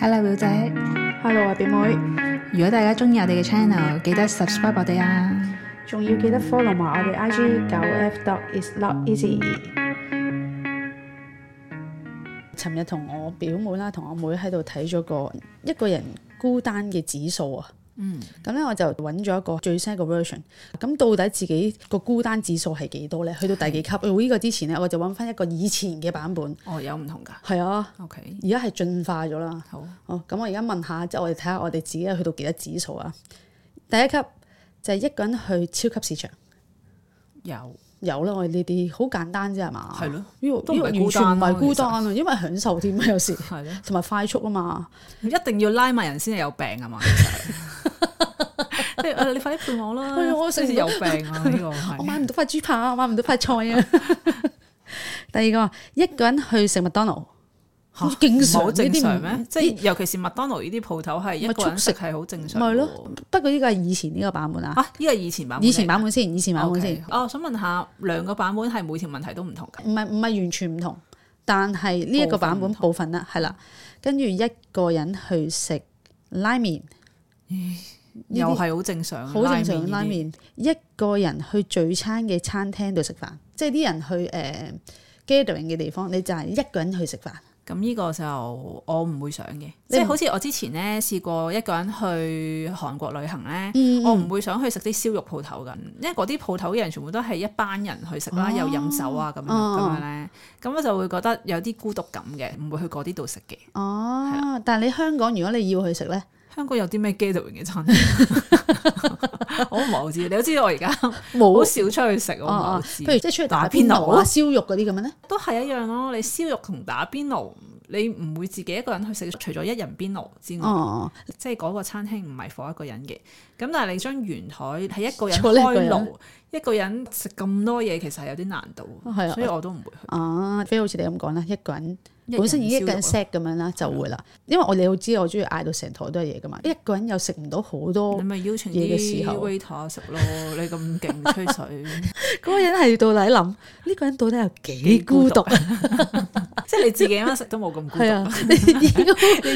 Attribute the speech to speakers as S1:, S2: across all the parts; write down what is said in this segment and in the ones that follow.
S1: Hello 表姐，
S2: Hello 啊，表妹，
S1: 如果大家中意我哋嘅 channel，記得 subscribe 我哋啊！
S2: 仲要記得 follow 埋我哋 IG 九 F dot is not easy。
S3: 尋日同我表妹啦，同我妹喺度睇咗個一個人孤單嘅指數啊。嗯，咁咧我就揾咗一個最新嘅 version。咁到底自己個孤單指數係幾多咧？去到第幾級？做呢個之前咧，我就揾翻一個以前嘅版本。
S1: 哦，有唔同噶
S3: 係啊，
S1: ，OK，
S3: 而家係進化咗啦。
S1: 好，
S3: 哦，咁我而家問下，即係我哋睇下我哋自己去到幾多指數啊？第一級就係一個人去超級市場，
S1: 有
S3: 有啦，我哋呢啲好簡單啫係嘛？
S1: 係咯
S3: 呢個
S1: 都
S3: 呢個
S1: 唔係
S3: 完
S1: 孤
S3: 全
S1: 單
S3: 唔
S1: 咯
S3: 係孤
S1: 其實
S3: 單啊，因為享受添啊有 時。
S1: 係咯，
S3: 同埋快速啊嘛，
S1: 一定要拉埋人先係有病啊嘛！其 實即係啊你快啲陪我啦！
S3: 哎呀我食唔
S1: 真係有病啊！ 呢個
S3: 我
S1: 係
S3: 買唔到塊豬扒，我買唔到塊菜啊。 第二個，一個人去食麥當勞，
S1: 嚇
S3: 經常
S1: 好正常
S3: 嗯呢啲唔？
S1: 咩啊即係尤其是麥當勞呢啲鋪頭係一個人食係好正常
S3: 咪
S1: 㗎喎。
S3: 咯。不過呢個係以前呢個版本啊，
S1: 啊，呢個係以前版本嚟㗎，
S3: 以前版本先，以前版本
S1: OK，
S3: 先，
S1: 好。我想問下兩個版本係每條問題都唔同㗎。
S3: 唔係唔係完全唔同，但係呢一個版本部分啦，係啦。跟住一個人去食拉麵，呢啲
S1: 又係好正常，
S3: 好正常嘅拉
S1: 麵呢
S3: 麵。一個人去聚餐嘅餐廳度食飯，即係啲人去誒、呃 gathering 嘅地方，你就係一個人去食飯。
S1: 啲。咁呢個就我唔會想嘅，
S3: 你
S1: 即係
S3: 唔
S1: 好似我之前咧試過一個人去韓國旅行咧，
S3: 嗯
S1: 我唔會想去食啲燒肉鋪頭㗎，因為嗰啲鋪頭嘅人全部都係一班人去食
S3: 哦
S1: 啦，又飲酒啊咁樣咁樣咧，咁我就會覺得有啲孤獨感嘅，唔會去嗰啲度食嘅。
S3: 哦，但係你香港如果你要去食咧？
S1: 香港有啲咩 gathering 嘅餐廳？ 我唔係好知，你都知道我而家好
S3: 冇哦
S1: 少出去食，我唔係好知。
S3: 譬如即係出去
S1: 打
S3: 打邊
S1: 邊爐
S3: 爐
S1: 啊
S3: 啊、燒肉嗰啲咁樣咧，
S1: 都係一樣咯。你燒肉同打邊爐，你唔會自己一個人去食，除咗一人邊爐之外，
S3: 哦，
S1: 即係嗰個餐廳唔係放一個人嘅。咁但係你將圓台係一個人
S3: 坐呢一個
S1: 開
S3: 人
S1: 爐，一個人食咁多嘢，其實係有啲難度
S3: 哦係，啊
S1: 所以我都唔會去。
S3: 啊，非好似你咁講啦，一個人
S1: 一人
S3: 本身已經一個人
S1: 燒肉啊嗯
S3: set 咁樣啦，就會啦。因為我哋好知我中意嗌到成台都係嘢噶嘛，一個人又食唔到好
S1: 啊
S3: 多
S1: 你，咪邀請
S3: 嘢嘅
S1: 啲
S3: 時候
S1: waiter 食咯，你咁勁吹 水，
S3: 嗰個人係到底諗呢個人到底有幾孤獨？
S1: 即係你自己一個人食都冇咁啊孤
S3: 係
S1: 獨
S3: 啊，，你已經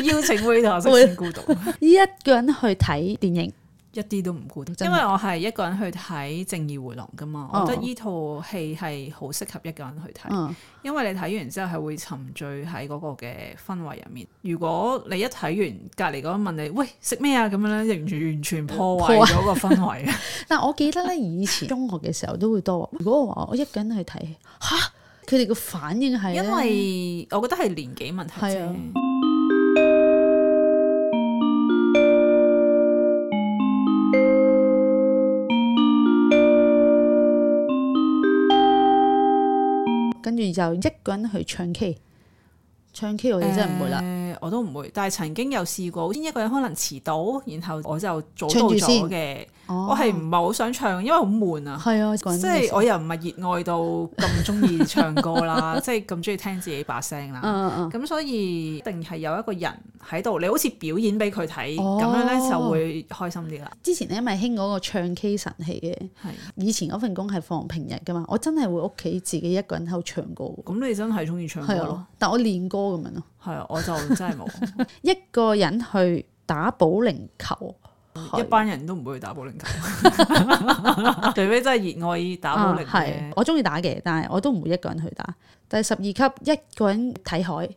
S1: 你邀請 waiter 食先孤獨。
S3: 一個人去睇電影，
S1: 一啲都唔孤獨，
S3: 真
S1: 因
S3: 係
S1: 為我係一個人去睇《正義回廊》噶嘛，
S3: 哦
S1: 我覺得呢套戲係好適合一個人去睇，
S3: 嗯，
S1: 因為你睇完之後係會沉醉喺嗰個嘅氛圍入面。如果你一睇完隔離嗰個問你喂食咩啊咁樣咧，就完全完全
S3: 嗯
S1: 破壞咗個 氛圍。
S3: 但我記得咧，以前中學嘅時候都會多。如果我話我一個人去睇，吓佢哋個反應係咧
S1: 因為我覺得係年紀問題
S3: 係啊
S1: 啫。
S3: 跟住就一個人去唱 K，唱 K 我哋真係唔會啦。
S1: 誒我都唔會，但係曾經有試過，先一個人可能遲到，然後我就早到
S3: 唱住
S1: 咗
S3: 先哦
S1: 嘅，我
S3: 我
S1: 係唔係好想唱，因為好悶啊。
S3: 係啊，一個人
S1: 即
S3: 嘅時
S1: 係
S3: 候
S1: 我又唔係熱愛到咁中意唱歌啦， 即係咁中意聽自己把聲啦。
S3: 嗯嗯嗯，
S1: 咁所以一定係有一個人喺度，你好似表演俾佢睇，
S3: 哦
S1: 咁樣咧就會開心啲啦。
S3: 之前咧咪興嗰個唱 K 神器嘅，
S1: 係，
S3: 以前嗰份工係放平日噶嘛，我真係會屋企自己一個人喺度唱歌喎，
S1: 咁你真係中意唱歌
S3: 係
S1: 咯
S3: 啊？，但我練歌咁樣咯，
S1: 係啊，我就真 係冇，
S3: 一個人去打保齡球，
S1: 哦一班人都唔會去打保齡球， 除非真係熱愛打保齡
S3: 啊係
S1: 嘅。
S3: 我中意打嘅，但係我都唔會一個人去打。第十二級一個人睇海，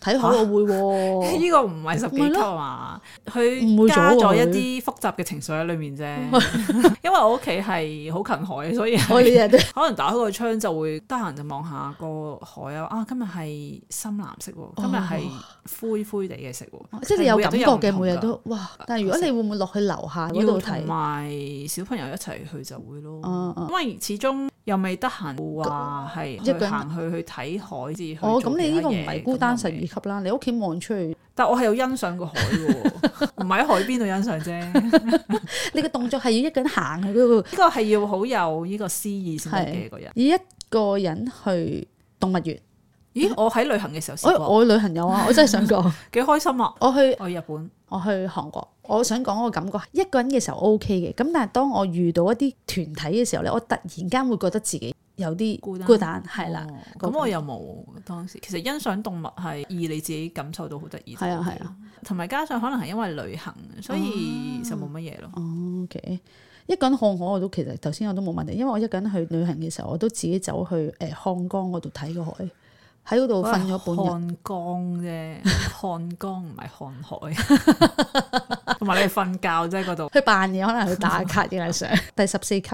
S3: 睇海我會喎、
S1: 呢個唔係十幾級啊嘛，
S3: 唔會
S1: 佢
S3: 咗
S1: 加
S3: 喎佢
S1: 咗一啲複雜嘅情緒喺裏面啫。 因為我屋企係好近海，所以係
S3: 我哋日都
S1: 可能打開個窗就會得閒就望下個海啊！啊，今日係深藍色喎，今日係灰灰地嘅色喎，
S3: 哦即係你有感覺嘅，
S1: 係
S3: 每日
S1: 唔
S3: 都哇！但係如果你會唔會落去樓下
S1: 同
S3: 嗰
S1: 㗎要
S3: 度
S1: 同
S3: 睇？
S1: 埋小朋友一齊去就會咯，
S3: 嗯嗯
S1: 因為始終又未得閒話係
S3: 一個
S1: 去
S3: 人
S1: 行去去睇海至去
S3: 哦，
S1: 做
S3: 咁你呢個唔
S1: 其他嘢
S3: 係孤單
S1: 咁
S3: 十
S1: 又
S3: 二
S1: 未
S3: 級啦，你屋企望出去，
S1: 但我係有欣賞個海喎， 唔係喺海邊度欣賞啫。
S3: 你嘅動作係要一個人行去嗰度，
S1: 呢個係要好有呢個詩意先得嘅
S3: 係
S1: 個人。
S3: 以一個人去動物園。
S1: 咦，我喺旅行嘅時候
S3: 我
S1: 試過，
S3: 我旅行有 啊，我真係想講，
S1: 幾開心啊！
S3: 我去
S1: 我去日本，
S3: 我去韓國，我想講我感覺一個人嘅時候 O K 嘅，咁但係當我遇到一啲團體嘅時候咧，我突然間會覺得自己有啲
S1: 孤單
S3: 孤單，係啦，
S1: 哦
S3: 嗰
S1: 咁
S3: 個
S1: 我又冇當時。其實欣賞動物係易你自己感受到好得意。
S3: 係啊係啊。
S1: 同埋加上可能係因為旅行，所以就冇乜嘢咯。
S3: 哦，OK。一個人看海我都其實頭先我都冇問題，因為我一個人去旅行嘅時候，我都自己走去誒、呃漢江嗰度睇個海，喺嗰度瞓咗半日。
S1: 漢江啫，漢江唔係漢海， 同埋你係瞓覺啫嗰度。
S3: 去扮嘢，可能去打卡影下相。 第十四級，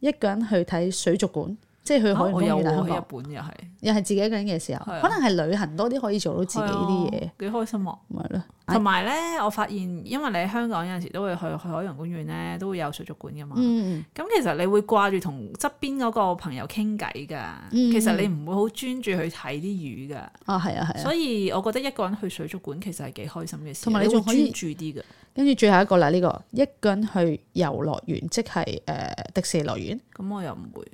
S3: 一個人去睇水族館，即係去海
S1: 啊
S3: 洋公
S1: 我有
S3: 園啊
S1: 喎
S3: 香
S1: 喺日
S3: 港，
S1: 本又係
S3: 又係自己一個人嘅時候，
S1: 係啊
S3: 可能係旅行多啲可以做到自己啲嘢，，
S1: 幾開心啊！
S3: 咪咯。
S1: 同埋咧，我發現因為你喺香港有陣時都會去去海洋公園咧，都會有水族館噶嘛。
S3: 嗯，
S1: 咁其實你會掛住同側邊嗰個朋友傾偈㗎，
S3: 嗯
S1: 其實你唔會好專注去睇啲魚㗎，
S3: 啊係啊係啊。
S1: 所以我覺得一個人去水族館其實係幾開心嘅事，
S3: 同埋你
S1: 你
S3: 仲
S1: 會
S3: 可以
S1: 專注啲㗎，
S3: 跟住最後一個啦，呢、個一個人去遊樂園，即係誒、呃迪士尼樂園。
S1: 咁我又唔會，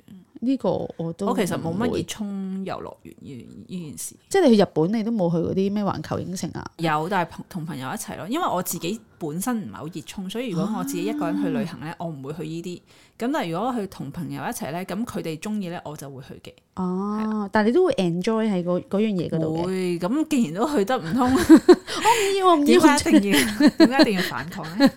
S3: 呢、個我都
S1: 我其實冇乜
S3: 哦唔會
S1: 熱衷遊樂園呢呢件事，
S3: 即係你去日本，你都冇去嗰啲咩環球影城啊？
S1: 有但係朋同朋友一齊咯，因為我自己本身唔係好熱衷，所以如
S3: 啊
S1: 果我自己一個人去旅行咧，我唔會去呢啲。咁但係如果去同朋友一齊咧，咁佢哋中意咧，我就會去嘅。
S3: 哦，但係你都會 enjoy 喺嗰嗰樣嘢嗰度嘅。
S1: 啊會咁，既然都去得唔 通。
S3: 要我唔
S1: 點
S3: 要？
S1: 解一定要？點解一定要反抗 咧？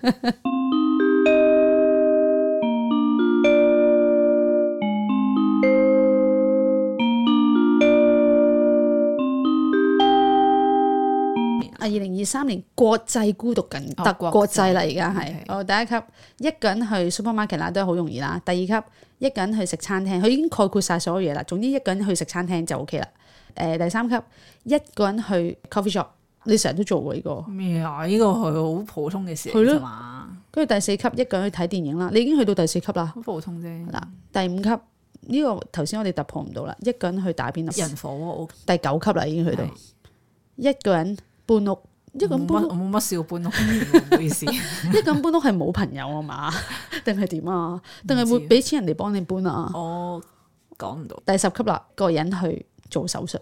S3: 啊，二零二三年國際孤獨緊
S1: 哦
S3: 特
S1: 國際
S3: 國際啦，而家係
S1: OK
S3: 哦第一級一個人去 supermarket 啦，都係好容易啦。第二級一個人去食餐廳，佢已經概括晒所有嘢啦。總之一個人去食餐廳就 OK 啦。誒、第三級一個人去 coffee shop，你成日都做喎呢個。
S1: 咩啊？呢個係好普通嘅事嚟
S3: 係咯
S1: 啫嘛，
S3: 跟住第四級一個人去睇電影啦，你已經去到第四級啦。
S1: 好普通啫。
S3: 嗱，第五級呢、個頭先我哋突破唔到啦，一個人去打邊爐。
S1: 人火鍋 O K，
S3: 第九級啦已經去到
S1: 係嗯
S3: 一個人搬屋，一個
S1: 冇
S3: 人搬
S1: 乜
S3: 屋
S1: 我，冇乜笑搬屋，唔好 意思。
S3: 一個人搬屋係冇朋友啊嘛， 定係點啊？定係
S1: 唔
S3: 會
S1: 知啊
S3: 俾錢人哋幫你搬啊？
S1: 我講唔到，
S3: 第十級啦，個人去做手術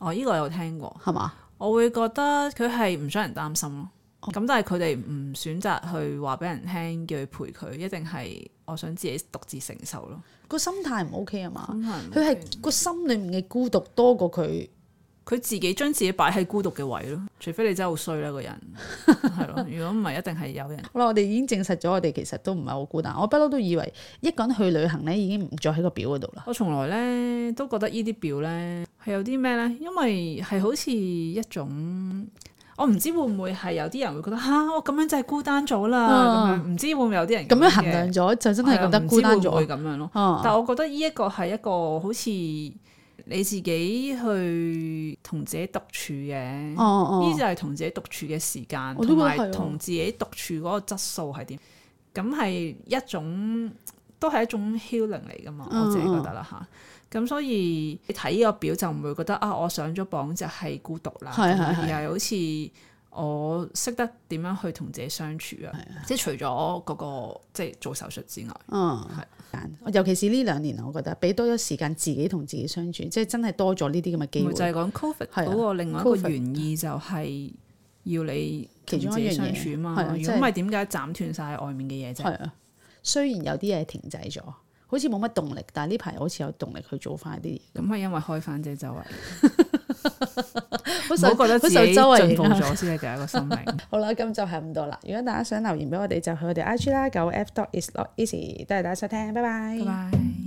S1: 我呢個有聽過，
S3: 係嘛？
S1: 我會覺得佢係唔想人擔心咯。
S3: 哦
S1: 咁但係佢哋唔選擇去話俾人聽，叫佢陪佢，一定係我想自己獨自承受咯。
S3: 個心態唔 OK 啊嘛，
S1: 咁係
S3: 佢係個心裡面嘅孤獨多過佢。
S1: 佢自己將自己擺喺孤獨嘅位咯，除非你真係好衰啦個人， 係咯。如果唔係，一定係有人。
S3: 好啦，我哋已經證實咗，我哋其實都唔係好孤單。我不嬲都以為一個人去旅行咧，已經唔再喺個表嗰度啦。
S1: 我從來咧都覺得呢啲表咧係有啲咩咧，因為係好似一種，我唔知會唔會係有啲人會覺得吓、我咁樣就係孤單咗啦，咁
S3: 啊
S1: 樣唔知會唔會有啲人
S3: 咁樣
S1: 樣
S3: 衡量
S1: 嘅
S3: 咗，就真係覺
S1: 係啊
S3: 得
S1: 唔知
S3: 孤單
S1: 會唔
S3: 咗。
S1: 會咁樣咯。
S3: 啊
S1: 但我覺得呢一個係一個好似你自己去同自己獨處嘅。
S3: 哦哦
S1: 呢就係同自己獨處嘅時間，
S3: 我都
S1: 同
S3: 覺得係
S1: 埋
S3: 啊
S1: 同自己獨處嗰個質素係點？咁係一種都係一種 healing 嚟噶嘛，
S3: 嗯
S1: 我自己覺得啦吓，咁所以你睇呢個表就唔會覺得啊，我上咗榜就係孤獨啦，
S3: 係
S1: 咁
S3: 係係
S1: 而係好似我識得點樣去同自己相處啊，即係除咗嗰個即係做手術之外，
S3: 嗯，尤其是呢兩年，啊我覺得俾多咗時間自己同自己相處，即係真係多咗呢啲咁嘅機
S1: 咪
S3: 會
S1: 就。係講 covid
S3: 係啊
S1: 嗰個另外一個
S3: Covid
S1: 原意就係要你
S3: 其中
S1: 同自己
S3: 一樣嘢
S1: 相處嘛，
S3: 係
S1: 如
S3: 啊
S1: 果唔
S3: 即係
S1: 係點解斬斷晒外面嘅嘢啫？
S3: 係啊，雖然有啲嘢停滯咗，好似冇乜動力，但係呢排好似有動力去做翻啲嘢。
S1: 咁係因為開翻遮周圍，
S3: 好
S1: 唔好覺得自己
S3: 周圍
S1: 進步
S3: 影響
S1: 咗先係第一個生命。
S3: 好啦，今集係咁多啦。如果大家想留言俾我哋，就去我哋 I G 啦，九 F dot is not easy。多謝大家收聽，拜拜
S1: 拜拜。